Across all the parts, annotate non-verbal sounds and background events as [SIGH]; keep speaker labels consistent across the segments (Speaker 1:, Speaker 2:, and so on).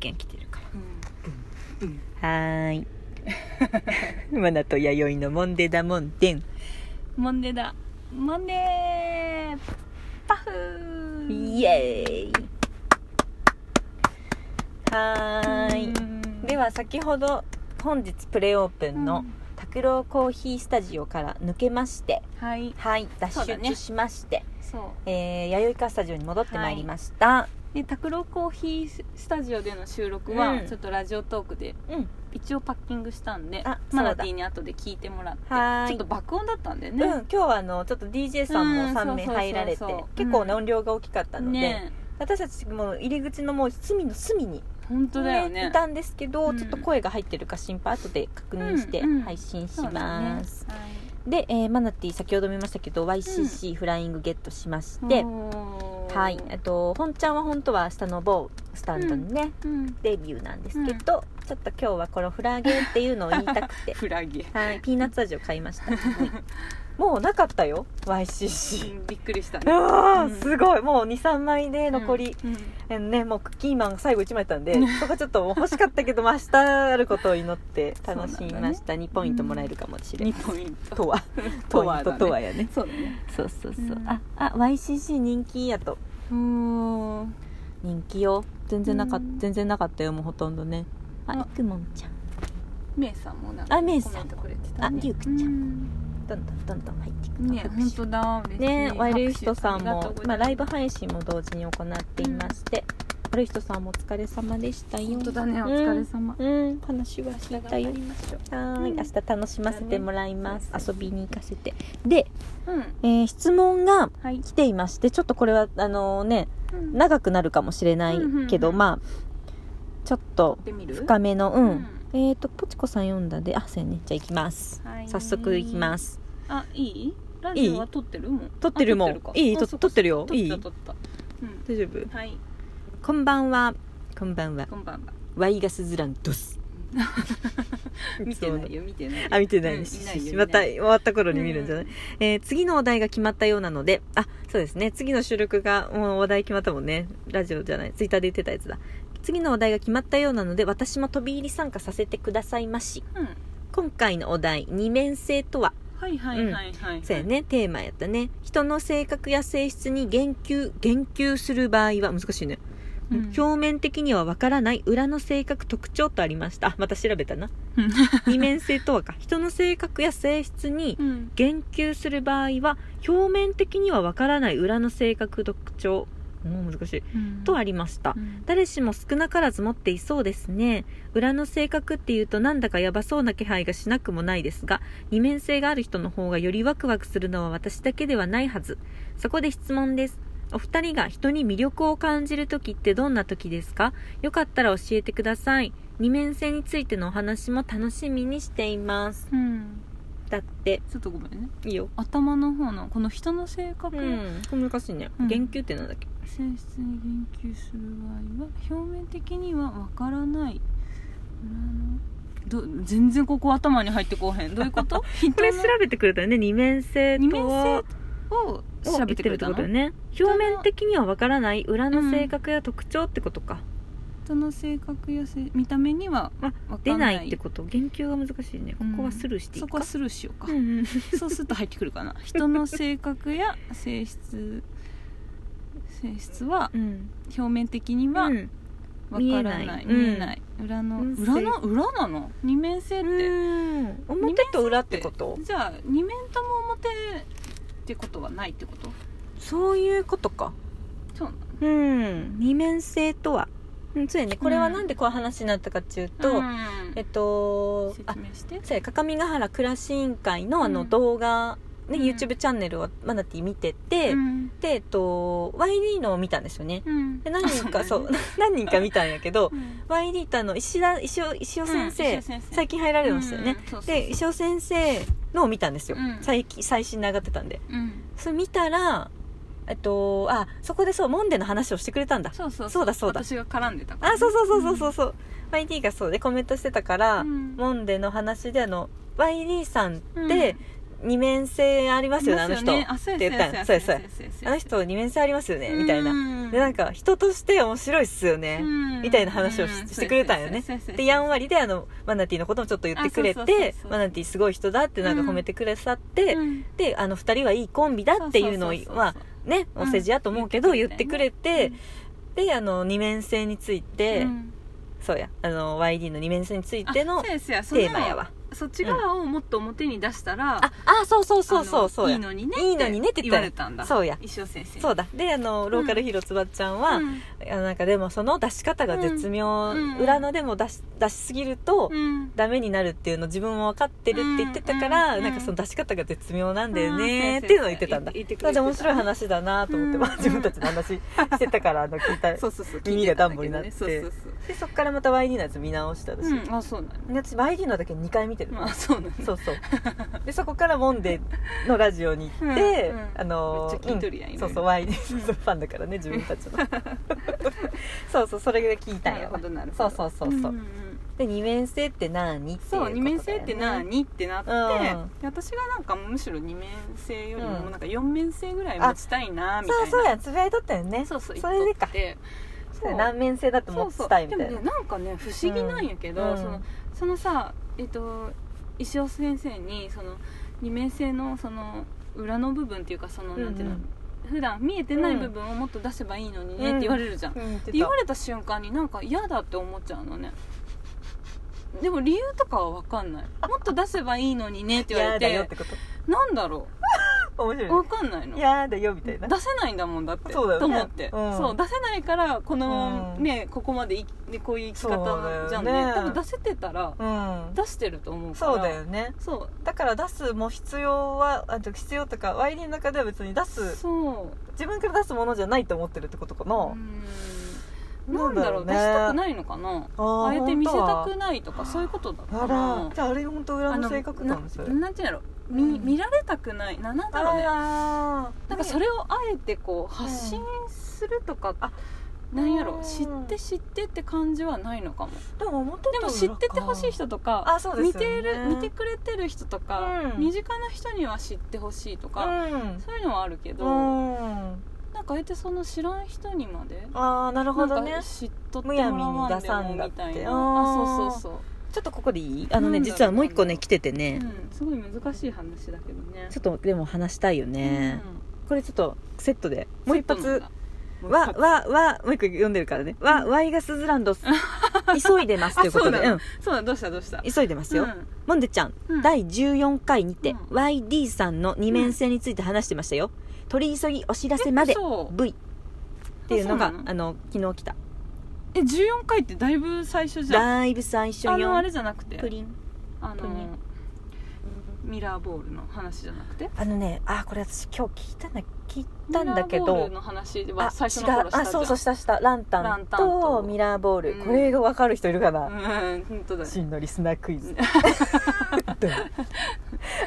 Speaker 1: 件来てるから
Speaker 2: うん
Speaker 1: はーいマナと弥生のモンデダモンデン
Speaker 2: モンデだモンデーパフー
Speaker 1: イエーイはーい、
Speaker 2: うん
Speaker 1: では先ほど本日プレイオープン
Speaker 2: う
Speaker 1: の
Speaker 2: ん
Speaker 1: 拓郎コーヒースタジオから抜けまして
Speaker 2: はい
Speaker 1: はい
Speaker 2: そ
Speaker 1: 脱
Speaker 2: うだね
Speaker 1: 出しまして、
Speaker 2: そう
Speaker 1: えー、弥生カスタジオに戻ってまいりました、
Speaker 2: で拓郎コーヒースタジオでの収録は、
Speaker 1: うん
Speaker 2: ちょっとラジオトークで
Speaker 1: うん
Speaker 2: 一応パッキングしたんで
Speaker 1: あ
Speaker 2: マ
Speaker 1: そう
Speaker 2: ナ
Speaker 1: だ
Speaker 2: ティーに後で聞いてもらって
Speaker 1: はーい
Speaker 2: ちょっと爆音だったんだよ
Speaker 1: うん、
Speaker 2: ね、
Speaker 1: 今日はあのちょっと DJ さんも
Speaker 2: うん
Speaker 1: 3名入られて
Speaker 2: そうそうそうそう
Speaker 1: 結構ね音量が大きかったので、
Speaker 2: ね
Speaker 1: 私たちもう入り口のもう隅の隅に、
Speaker 2: え本当だよね
Speaker 1: いたんですけど、
Speaker 2: うん
Speaker 1: ちょっと声が入ってるか心配後で確認して
Speaker 2: うんうん
Speaker 1: 配信し
Speaker 2: そうだね
Speaker 1: ます、で、えーマナティー先ほど見ましたけど YCC フライングゲットしまし
Speaker 2: はい
Speaker 1: て、
Speaker 2: おー
Speaker 1: はいあと本ちゃんは本当は下の某スタンドにね、
Speaker 2: うん
Speaker 1: デビューなんですけど、ちょっと今日はこのフラゲーっていうのを言いたく
Speaker 2: [LAUGHS]
Speaker 1: て
Speaker 2: フラゲ
Speaker 1: はいピーナッツ味を買い
Speaker 2: [LAUGHS]
Speaker 1: ました、はいもうなかったよ YCC
Speaker 2: うんびっくりしたね
Speaker 1: あ
Speaker 2: う
Speaker 1: ー
Speaker 2: ん
Speaker 1: すごいもう23枚で残り、
Speaker 2: うん
Speaker 1: あのね、もうクッキーマンが最後1枚だったん
Speaker 2: [LAUGHS]
Speaker 1: でそこちょっと欲しかったけどまあ明日あることを祈って楽しみました、2ポイントもらえるかもしれな
Speaker 2: 2
Speaker 1: い、
Speaker 2: [LAUGHS] ポイント
Speaker 1: とはポイントとは
Speaker 2: ね
Speaker 1: やね
Speaker 2: そうだね
Speaker 1: そうそうそう、
Speaker 2: うん
Speaker 1: ああ YCC 人気やと
Speaker 2: うーん
Speaker 1: 人気よ全然なかっ
Speaker 2: うん
Speaker 1: 全然なかったよもうほとんどねあ
Speaker 2: あ
Speaker 1: いくもんちゃん
Speaker 2: メイさんもなん
Speaker 1: あ
Speaker 2: かコ
Speaker 1: メ
Speaker 2: メ
Speaker 1: イ
Speaker 2: ン
Speaker 1: さん
Speaker 2: トくれてたね
Speaker 1: あリュウクちゃん
Speaker 2: ん
Speaker 1: どんどんどんどん入っていくの
Speaker 2: ねえ
Speaker 1: 拍
Speaker 2: 本
Speaker 1: 手
Speaker 2: 当だ嬉しい
Speaker 1: ね悪い人さん
Speaker 2: 拍手
Speaker 1: も
Speaker 2: ありがとうございます
Speaker 1: まあ、ライブ配信も同時に行っていまして、悪い人さんもお疲れ様でしたよ
Speaker 2: 本当だねお
Speaker 1: うん
Speaker 2: 疲れ様
Speaker 1: うん、話は聞いたよ。はーい、
Speaker 2: うん
Speaker 1: 明日楽しませてもらいます。
Speaker 2: だね
Speaker 1: 遊びに行かせて。で、
Speaker 2: うん
Speaker 1: えー質問が
Speaker 2: はい
Speaker 1: 来ていまして、ちょっとこれは、あのね、
Speaker 2: うん
Speaker 1: 長くなるかもしれないけど、
Speaker 2: うんうんうん
Speaker 1: まあ、ちょっと
Speaker 2: で見る
Speaker 1: 深めの、う。
Speaker 2: うん
Speaker 1: えっ、と、ポチコさん読んだんで、あ、そうやね。じゃあ行きます。
Speaker 2: はい
Speaker 1: 早速行きます。
Speaker 2: あいいラジオは撮ってるもん
Speaker 1: 撮ってるも
Speaker 2: あ
Speaker 1: ん
Speaker 2: か。
Speaker 1: いい
Speaker 2: あ
Speaker 1: と
Speaker 2: そっ
Speaker 1: 撮ってるよ
Speaker 2: か。
Speaker 1: いい
Speaker 2: 撮った撮ったうん
Speaker 1: 大丈夫
Speaker 2: はい
Speaker 1: こんばんは。こんばんは。
Speaker 2: こんばんは
Speaker 1: ワイガスズランドス。
Speaker 2: [LAUGHS] 見てないよ見てないよ
Speaker 1: [LAUGHS] あ見てない
Speaker 2: うん
Speaker 1: で
Speaker 2: い
Speaker 1: す、
Speaker 2: ないよ
Speaker 1: また
Speaker 2: いない
Speaker 1: 終わった頃に見るんじゃない、
Speaker 2: うん
Speaker 1: えー次のお題が決まったようなのであそうですね次の収録がもうお題決まったもんねラジオじゃないツイッターで言ってたやつだ次のお題が決まったようなので私も飛び入り参加させてくださいまし
Speaker 2: うん
Speaker 1: 今回のお題二面性とは
Speaker 2: はいはいはいはい
Speaker 1: そうやねテーマやったね人の性格や性質に言及言及する場合は難しいね、
Speaker 2: うん
Speaker 1: 表面的にはわからない裏の性格特徴とありましたあまた調べたな
Speaker 2: うん
Speaker 1: 二面性とはか人の性格や性質に
Speaker 2: [LAUGHS] うん
Speaker 1: 言及する場合は表面的にはわからない裏の性格特徴もう難しいとありました
Speaker 2: うん
Speaker 1: 誰しも少なからず持っていそうですね裏の性格っていうとなんだかやばそうな気配がしなくもないですが二面性がある人の方がよりワクワクするのは私だけではないはずそこで質問ですお二人が人に魅力を感じる時ってどんな時ですかよかったら教えてください二面性についてのお話も楽しみにしています
Speaker 2: うん
Speaker 1: だって
Speaker 2: ちょっとごめんね
Speaker 1: いいよ
Speaker 2: 頭の方のこの人の性格
Speaker 1: うん、これ難しいね、
Speaker 2: うん
Speaker 1: 言及ってなんだっけ
Speaker 2: 性質に言及する場合は表面的にはわからない裏のど全然ここ頭に入ってこうへんどういうこと
Speaker 1: [LAUGHS]
Speaker 2: 人の
Speaker 1: これ調べてくれたよね二面性
Speaker 2: 二
Speaker 1: と
Speaker 2: 面
Speaker 1: は
Speaker 2: 性を
Speaker 1: を
Speaker 2: 調べてくれた
Speaker 1: 言ってるってことよ
Speaker 2: の
Speaker 1: ね表面的にはわからない裏の性格や特徴ってことか、
Speaker 2: 人の性格やせ見た目には
Speaker 1: あ
Speaker 2: わか
Speaker 1: 出
Speaker 2: ん
Speaker 1: な
Speaker 2: ない
Speaker 1: いってこと言及が難しいねこ
Speaker 2: うん
Speaker 1: こはスルーしてい
Speaker 2: そ
Speaker 1: い
Speaker 2: こ
Speaker 1: か、
Speaker 2: はスルーしようか
Speaker 1: うんうん
Speaker 2: そうすると入ってくるかな人の性格や性質性質は
Speaker 1: うん
Speaker 2: 表面的には
Speaker 1: まあ、
Speaker 2: わからない、
Speaker 1: 見えない
Speaker 2: 見えない裏の
Speaker 1: うん
Speaker 2: 裏の裏なの二面性って、
Speaker 1: 表と裏ってこと
Speaker 2: じゃあ二面とも表ってことはないってこと
Speaker 1: そういうことか
Speaker 2: そうなの
Speaker 1: うん二面性とはうんそうやねこれは
Speaker 2: うん
Speaker 1: なんでこういう話になったかっていうと、
Speaker 2: うん
Speaker 1: えっとあ
Speaker 2: 説明して
Speaker 1: そうや各務原暮らし委員会のあの
Speaker 2: うん
Speaker 1: 動画、ね
Speaker 2: うん
Speaker 1: YouTube チャンネルをマナティ見てて、
Speaker 2: うん
Speaker 1: で、えっと、YD のを見たんですよね
Speaker 2: うん
Speaker 1: で何人か
Speaker 2: あ
Speaker 1: そう [LAUGHS]
Speaker 2: なんだ
Speaker 1: 何人か見たんやけど
Speaker 2: うん
Speaker 1: YD とあの石田石尾石尾先生、
Speaker 2: うん石尾先生
Speaker 1: 最近入られましたよね、
Speaker 2: うんそうそうそう
Speaker 1: で石尾先生のを見たんですよ、
Speaker 2: うん
Speaker 1: 最近最新で上がってたんで
Speaker 2: うん
Speaker 1: それ見たらえっとあそこでそうモンデの話をしてくれたんだ
Speaker 2: そうそう
Speaker 1: そうだそうだ
Speaker 2: 私が絡んでたから
Speaker 1: あそうそうそうそうそうそう、YD がそうでコメントしてたから、
Speaker 2: うん
Speaker 1: モンデの話であの YD さんって、
Speaker 2: うん
Speaker 1: 二面性ありますよねあ
Speaker 2: い
Speaker 1: の
Speaker 2: ます
Speaker 1: 人
Speaker 2: よねあそう
Speaker 1: って
Speaker 2: や
Speaker 1: 言った
Speaker 2: そ
Speaker 1: の
Speaker 2: う
Speaker 1: そう
Speaker 2: や
Speaker 1: ですそう
Speaker 2: や
Speaker 1: ですあ
Speaker 2: そうやそうや
Speaker 1: の人二面性ありますよねみたいな
Speaker 2: うん
Speaker 1: でなんか人として面白いっすよね
Speaker 2: うん
Speaker 1: みたいな話をし
Speaker 2: うん
Speaker 1: してくれたんよね
Speaker 2: そうやそうやそうやそうや
Speaker 1: でやんわりであのマナティーのこともちょっと言ってくれ
Speaker 2: あそうそうそう
Speaker 1: て
Speaker 2: そう
Speaker 1: マナティーすごい人だってなんか褒めてくださって、
Speaker 2: うん
Speaker 1: であの二人はいいコンビだっていうのを
Speaker 2: そうそうそうそう
Speaker 1: まあね
Speaker 2: うん
Speaker 1: お世辞やと思うけど言っ
Speaker 2: 言ってて
Speaker 1: く
Speaker 2: く
Speaker 1: れ
Speaker 2: れ
Speaker 1: て、であの二面性について、
Speaker 2: うん
Speaker 1: そうやあの YD の二面性につい
Speaker 2: あ
Speaker 1: ての
Speaker 2: そうやそうやその
Speaker 1: テーマやわ
Speaker 2: そっち側をもっと表に出したら、
Speaker 1: ああそうそうそう
Speaker 2: あ
Speaker 1: そう
Speaker 2: の
Speaker 1: そうや
Speaker 2: いいのにね
Speaker 1: いいのにねって言っ
Speaker 2: 言
Speaker 1: た
Speaker 2: わ
Speaker 1: ら
Speaker 2: れたんだ
Speaker 1: そうや
Speaker 2: 石尾先生
Speaker 1: そううだであのローカルヒーローつばっちゃんは、
Speaker 2: ん
Speaker 1: いやなんかでもその出し方が絶妙、
Speaker 2: うん
Speaker 1: 裏のでも出し出しすぎると、
Speaker 2: うん
Speaker 1: ダメになるっていうの自分も分かってるって言ってたから、
Speaker 2: うん
Speaker 1: なんかその出し方が絶妙なんだよ
Speaker 2: う
Speaker 1: ね
Speaker 2: ん
Speaker 1: っていうのを言ってたんだ
Speaker 2: 言ってく
Speaker 1: あ
Speaker 2: れ
Speaker 1: じ
Speaker 2: てた
Speaker 1: ゃあ面白い話だなと思って、
Speaker 2: うん
Speaker 1: まあ自分たちの話してたからあの聞いた
Speaker 2: [LAUGHS] そうそうそう
Speaker 1: 耳がダンボになって
Speaker 2: そうそうそう
Speaker 1: でそっからまた YD のやつ見直した私、
Speaker 2: うんあそうな
Speaker 1: で私 YD のだけ2回見てる、
Speaker 2: のあそうなの
Speaker 1: そうそうでそこからモンデーのラジオに行って、
Speaker 2: うんうん
Speaker 1: あの
Speaker 2: めっちゃ聞いとるやん
Speaker 1: うん
Speaker 2: い
Speaker 1: そ
Speaker 2: ろ
Speaker 1: う
Speaker 2: い
Speaker 1: そ
Speaker 2: ろ
Speaker 1: う YD そうそうファンだからね自分たちのそうそうそれで聞いたん
Speaker 2: な
Speaker 1: や
Speaker 2: る
Speaker 1: わ
Speaker 2: ほどなる
Speaker 1: そ
Speaker 2: ほ
Speaker 1: う
Speaker 2: ど
Speaker 1: そうそうそうん
Speaker 2: ん
Speaker 1: で二面性って何っていうことだ
Speaker 2: そ
Speaker 1: よ
Speaker 2: う
Speaker 1: ね
Speaker 2: 二面性って何ってなって、
Speaker 1: うん
Speaker 2: で私がなんかむしろ二面性より
Speaker 1: う
Speaker 2: も
Speaker 1: ん
Speaker 2: なんか四面性ぐらい持ちたいなみたい
Speaker 1: そ
Speaker 2: な
Speaker 1: うそうやつぶやいとったよね
Speaker 2: そうそう
Speaker 1: それでか
Speaker 2: 言っとって
Speaker 1: そうや何面性だって
Speaker 2: そ
Speaker 1: 持
Speaker 2: うそ
Speaker 1: ち
Speaker 2: う
Speaker 1: たいみたいな
Speaker 2: でもねなんかね不思議なんやけど、
Speaker 1: うん
Speaker 2: そのそのさえっと石尾先生にその二面性のその裏の部分っていうかその、
Speaker 1: うんうん
Speaker 2: なんていうの普段見えてない部分をもっと出せばいいのにねって言われるじゃん、
Speaker 1: うん言って
Speaker 2: で言わ
Speaker 1: た
Speaker 2: れた瞬間になんか嫌だって思っちゃうのねでも理由とかは分かんないもっと出せばいいのにねって言わ
Speaker 1: 嫌
Speaker 2: れ
Speaker 1: だよっててこ
Speaker 2: なんだろ
Speaker 1: と面
Speaker 2: う
Speaker 1: 白い
Speaker 2: 分
Speaker 1: ね
Speaker 2: かんないの
Speaker 1: 嫌だよみたいな
Speaker 2: 出せないんだもんだって
Speaker 1: そうだよね
Speaker 2: と思って、
Speaker 1: うん
Speaker 2: そう出せないからこの、
Speaker 1: うん
Speaker 2: ねここまでいねこういう生き方じゃんね
Speaker 1: そうだよね
Speaker 2: 多分出せてたら
Speaker 1: うん
Speaker 2: 出してると思うから
Speaker 1: そうだよね
Speaker 2: そう
Speaker 1: だから出すも必要はあと必要とか YD の中では別に出す
Speaker 2: そう
Speaker 1: 自分から出すものじゃないと思ってるってことかな、
Speaker 2: うんなんだろ
Speaker 1: なんだろう
Speaker 2: う
Speaker 1: ね
Speaker 2: 出したくないのかな
Speaker 1: あー
Speaker 2: あえて見せた
Speaker 1: 本
Speaker 2: くないとかそういうことだっ
Speaker 1: 当は
Speaker 2: た
Speaker 1: あらじゃああれ本当裏の性格なのそれ
Speaker 2: なんていうんだろう見
Speaker 1: うん
Speaker 2: 見られたくないななんだろうね
Speaker 1: あー
Speaker 2: なんかそれをあえてこう発信するとか、あなんやろ
Speaker 1: うん
Speaker 2: 知って知ってって感じはないのかも
Speaker 1: でも表と
Speaker 2: で
Speaker 1: 裏
Speaker 2: も
Speaker 1: か
Speaker 2: 知っててほしい人とか
Speaker 1: あそうです
Speaker 2: 見
Speaker 1: よね
Speaker 2: てる見てくれてる人とか、
Speaker 1: うん
Speaker 2: 身近な人には知ってほしいとか、
Speaker 1: うん
Speaker 2: そういうのはあるけど、
Speaker 1: うん
Speaker 2: なんかあえてその知らん人にまで
Speaker 1: ああなるほどね
Speaker 2: なんか知っとってもらわんでもみた
Speaker 1: むやみに出さんだっ
Speaker 2: い
Speaker 1: て
Speaker 2: な
Speaker 1: あ
Speaker 2: あ
Speaker 1: ー
Speaker 2: そうそうそう、
Speaker 1: ちょっとここでいいあの
Speaker 2: な
Speaker 1: ね
Speaker 2: んだろう
Speaker 1: 実はもう一個ね来ててね、
Speaker 2: うん、すごい難しい話だけどね
Speaker 1: ちょっとでも話したいよね、これちょっとセットで
Speaker 2: うん
Speaker 1: もう一発
Speaker 2: もう一
Speaker 1: わ
Speaker 2: 発
Speaker 1: わわもう一個読んでるからね「わ、ワイガスズラン [LAUGHS] ド急いでます」ということで
Speaker 2: あそうな
Speaker 1: う
Speaker 2: の
Speaker 1: ん、
Speaker 2: そうだどうしたどうした
Speaker 1: 急いでますよ、
Speaker 2: うん
Speaker 1: モンデちゃん、
Speaker 2: うん
Speaker 1: 第14回にて、
Speaker 2: うん
Speaker 1: YD さんの二面性について話してましたよ、取り急ぎお知らせまで
Speaker 2: え嘘
Speaker 1: V っていうのが
Speaker 2: あそうなの
Speaker 1: あの昨日来た
Speaker 2: え14回ってだいぶ最初じゃん
Speaker 1: だいぶ最初
Speaker 2: あのあ
Speaker 1: よ
Speaker 2: れじゃなくて
Speaker 1: プリン
Speaker 2: あの
Speaker 1: プリン
Speaker 2: ミラーボールの話じゃなくて
Speaker 1: あのねあこれ私今日聞いたんだ聞いたんだけ
Speaker 2: ミラーボール
Speaker 1: ど
Speaker 2: の話
Speaker 1: あ
Speaker 2: は最初の頃したじゃん
Speaker 1: あそうそうしたしたランタンと
Speaker 2: ランタンと
Speaker 1: ミラーボール、
Speaker 2: うん
Speaker 1: これが分かる人いるか
Speaker 2: う
Speaker 1: な、
Speaker 2: ん本当だよ
Speaker 1: 真のリスナークイ [LAUGHS] ズどう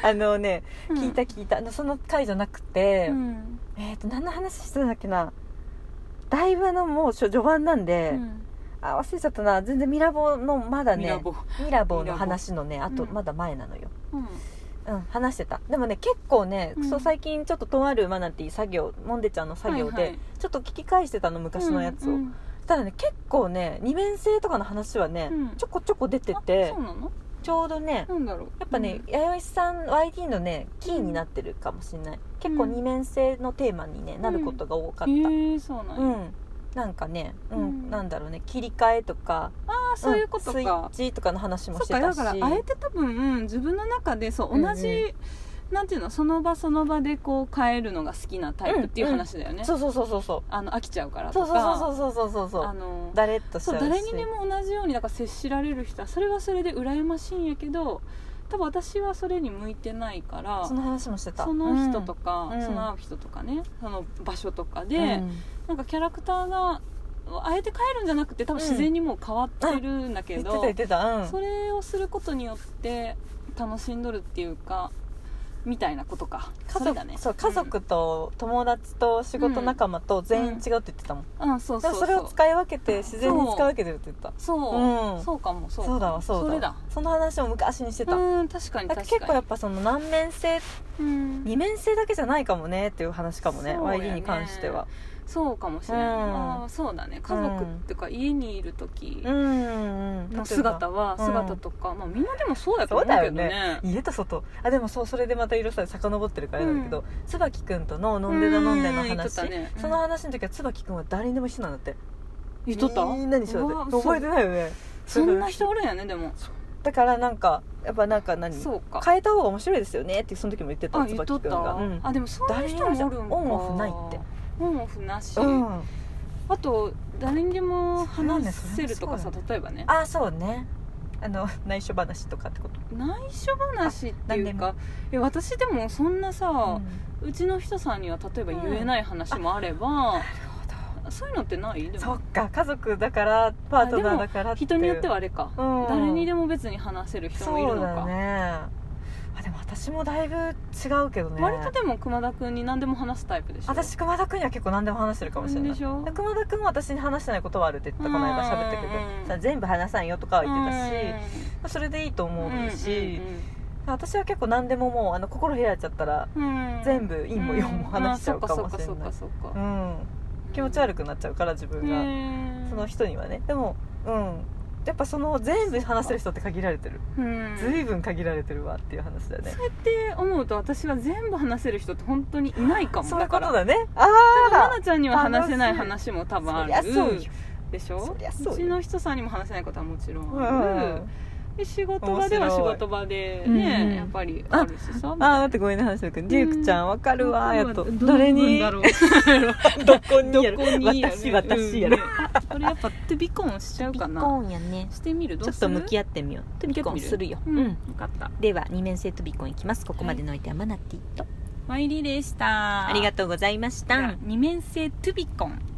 Speaker 1: [LAUGHS] あのね聞いた聞いたあのその回じゃなくて、
Speaker 2: うん
Speaker 1: えっ、と何の話してたんだっけなだいぶあのもう序盤なんで、
Speaker 2: うん
Speaker 1: あ忘れちゃったな全然ミラボーのまだね
Speaker 2: ミ
Speaker 1: ミ
Speaker 2: ラ
Speaker 1: ラ
Speaker 2: ボ
Speaker 1: ボーの話のねあと
Speaker 2: うん
Speaker 1: まだ前なのよ、
Speaker 2: うん
Speaker 1: うん、話してたでもね結構ね、
Speaker 2: うん
Speaker 1: そう最近ちょっととあるマナティー作業モンデちゃんの作業で、
Speaker 2: はいはい
Speaker 1: ちょっと聞き返してたの昔のやつを、
Speaker 2: うんうん
Speaker 1: ただね結構ね二面性とかの話はね、
Speaker 2: うん
Speaker 1: ちょこちょこ出て
Speaker 2: あ
Speaker 1: て
Speaker 2: そうなの
Speaker 1: ちょうどね
Speaker 2: なんだろう
Speaker 1: やっぱね、弥生さん YD のねキーになってるかもしれない結構
Speaker 2: うん
Speaker 1: 二面性のテーマに、ね、なることが多か
Speaker 2: う
Speaker 1: っ
Speaker 2: ん
Speaker 1: た、
Speaker 2: へえそうなん
Speaker 1: う
Speaker 2: や
Speaker 1: んなんかね、うん
Speaker 2: うん
Speaker 1: なんだろうね切り替えとか
Speaker 2: ああそういうこと
Speaker 1: んスイッ
Speaker 2: か
Speaker 1: チとかの話も
Speaker 2: そ
Speaker 1: し
Speaker 2: ってか
Speaker 1: た
Speaker 2: だ
Speaker 1: し
Speaker 2: からあえて多分うん自分の中でそう
Speaker 1: うんうん
Speaker 2: 同じなんていうのその場その場でこう変えるのが好きなタイプっていう話だよね
Speaker 1: そうそうそうそうそう
Speaker 2: あの飽きちゃうから
Speaker 1: そ
Speaker 2: と
Speaker 1: う
Speaker 2: か
Speaker 1: そうそうそうそうそうそ
Speaker 2: あ
Speaker 1: う
Speaker 2: の
Speaker 1: だれっとしち
Speaker 2: そ
Speaker 1: ゃ
Speaker 2: う
Speaker 1: うし
Speaker 2: 誰にでも同じようにだから接しられる人はそれはそれで羨ましいんやけど多分私はそれに向いてないから
Speaker 1: その話もしてた
Speaker 2: その人とか、
Speaker 1: うん
Speaker 2: その会う人とかねその場所とかで、
Speaker 1: うん
Speaker 2: なんかキャラクターがあえて変えるんじゃなくて多分自然にもう変わってるんだけ
Speaker 1: 言って
Speaker 2: ど、
Speaker 1: た言ってたうん
Speaker 2: それをすることによって楽しんどるっていうかみたいなことか
Speaker 1: 家
Speaker 2: それ
Speaker 1: 族
Speaker 2: だね
Speaker 1: そう家族と友達と仕事仲間と全員違うって言ってたもん、
Speaker 2: うん、うんそう
Speaker 1: で
Speaker 2: そ
Speaker 1: も
Speaker 2: うう
Speaker 1: それを使い分けて自然に使い分けてるって言ってた
Speaker 2: そう、
Speaker 1: うん
Speaker 2: そうかもそ
Speaker 1: そう
Speaker 2: うかも
Speaker 1: だわそうだ
Speaker 2: それだ
Speaker 1: その話を昔にしてた、
Speaker 2: うん確かに
Speaker 1: なん
Speaker 2: 確
Speaker 1: か
Speaker 2: かに
Speaker 1: 結構やっぱその難面性
Speaker 2: うん
Speaker 1: 二面性だけじゃないかもねっていう話かもね
Speaker 2: そうやね
Speaker 1: YD に関しては
Speaker 2: そうかもしれない、
Speaker 1: うん
Speaker 2: ああそうだね家族っていうか家にいる時
Speaker 1: うんうんうん
Speaker 2: の姿は
Speaker 1: うん
Speaker 2: 姿とか、まあみんなでもそうやと
Speaker 1: そう
Speaker 2: 思うけ
Speaker 1: だ
Speaker 2: ど
Speaker 1: よね
Speaker 2: ね
Speaker 1: 家と外あでもそうそれでまた色さ遡ってるからあれだけど、
Speaker 2: う
Speaker 1: 椿くんとの飲んでだ飲んでの
Speaker 2: うん言っ
Speaker 1: 話
Speaker 2: とったねうん
Speaker 1: その話の時は椿くんは誰にでも一緒なんだって
Speaker 2: 言っとった
Speaker 1: みんなに一緒だって
Speaker 2: うわ
Speaker 1: 覚えてないよね
Speaker 2: そんな人おるんやねでも
Speaker 1: だからなんかやっぱなんか何
Speaker 2: そうか
Speaker 1: 変えた方が面白いですよねってその時も言ってた
Speaker 2: あ言っと
Speaker 1: 椿
Speaker 2: っ
Speaker 1: くん
Speaker 2: た、
Speaker 1: がうん
Speaker 2: あでもそういう人もおるんか
Speaker 1: オンオフないって
Speaker 2: オンオフなし、
Speaker 1: うん
Speaker 2: あと誰にでも話せるとか
Speaker 1: そ
Speaker 2: さ
Speaker 1: れはね
Speaker 2: 例えばね
Speaker 1: あそうねあの内緒話とかってこと
Speaker 2: 内緒話っていう
Speaker 1: あ
Speaker 2: かえ私でもそんなさ
Speaker 1: う、ん
Speaker 2: うちの人さんには例えば言えない話もあれば、そういうのってないで
Speaker 1: そ
Speaker 2: も
Speaker 1: っか家族だからパートナーだから
Speaker 2: 人によって
Speaker 1: は
Speaker 2: はあれか、
Speaker 1: うん
Speaker 2: 誰にでも別に話せる人もいるの
Speaker 1: そうだ
Speaker 2: か、
Speaker 1: ねあでも私もだいぶ違うけどね
Speaker 2: 割とでも熊田君に何でも話すタイプでしょ
Speaker 1: 私熊田君には結構何でも話してるかもしれない
Speaker 2: でしょ
Speaker 1: 熊田君は私に話してないことはあるって言ってたこの間喋ったけ
Speaker 2: うん
Speaker 1: どさ全部話さんよとかは言ってたしまあそれでいいと思うし、私は結構何でももうあの心開いちゃったら
Speaker 2: うんうんうん
Speaker 1: 全部陰も陽も話しちゃうかもしれ
Speaker 2: うん
Speaker 1: な
Speaker 2: あ
Speaker 1: い
Speaker 2: そっかそっかそっかそっ
Speaker 1: う
Speaker 2: か
Speaker 1: ん気持ち悪くなっちゃうから自分が、
Speaker 2: ねえ
Speaker 1: その人にはねでもうんやっぱその全部話せる人って限られてる
Speaker 2: うん
Speaker 1: ずいぶん限られてるわっていう話だよね
Speaker 2: そうやって思うと私は全部話せる人って本当にいないかも
Speaker 1: そういう
Speaker 2: だか
Speaker 1: こ
Speaker 2: ら
Speaker 1: とだねあ
Speaker 2: 奈
Speaker 1: あ
Speaker 2: 々ちゃんには話せない話も多分ある
Speaker 1: そりゃそうよ
Speaker 2: でしょ
Speaker 1: そりゃそうよ
Speaker 2: ちの人さんにも話せないことはもちろん
Speaker 1: う
Speaker 2: ある
Speaker 1: ん、
Speaker 2: で仕事場では
Speaker 1: 面
Speaker 2: 仕
Speaker 1: 白い
Speaker 2: 事場で
Speaker 1: うんうん
Speaker 2: ねやっぱりあるしさ
Speaker 1: あー待ってごめんね話だけどデュークちゃんわかるわやっと
Speaker 2: ど
Speaker 1: 誰
Speaker 2: どの部分
Speaker 1: に
Speaker 2: だろう
Speaker 1: どこに [LAUGHS]
Speaker 2: ど
Speaker 1: やる
Speaker 2: こにや
Speaker 1: 私私や
Speaker 2: る
Speaker 1: る
Speaker 2: うんねあこれやっぱトゥビコンしちゃうかな
Speaker 1: ンやね
Speaker 2: してみるど
Speaker 1: ちょ
Speaker 2: う
Speaker 1: っ
Speaker 2: す
Speaker 1: と
Speaker 2: る
Speaker 1: 向き合ってみようトビコンするよ、
Speaker 2: うんよかった
Speaker 1: では二面性トビコンいきますここまでのお相手はマナティと、
Speaker 2: マイリでした
Speaker 1: ありがとうございました、
Speaker 2: じゃあ二面性トゥビコン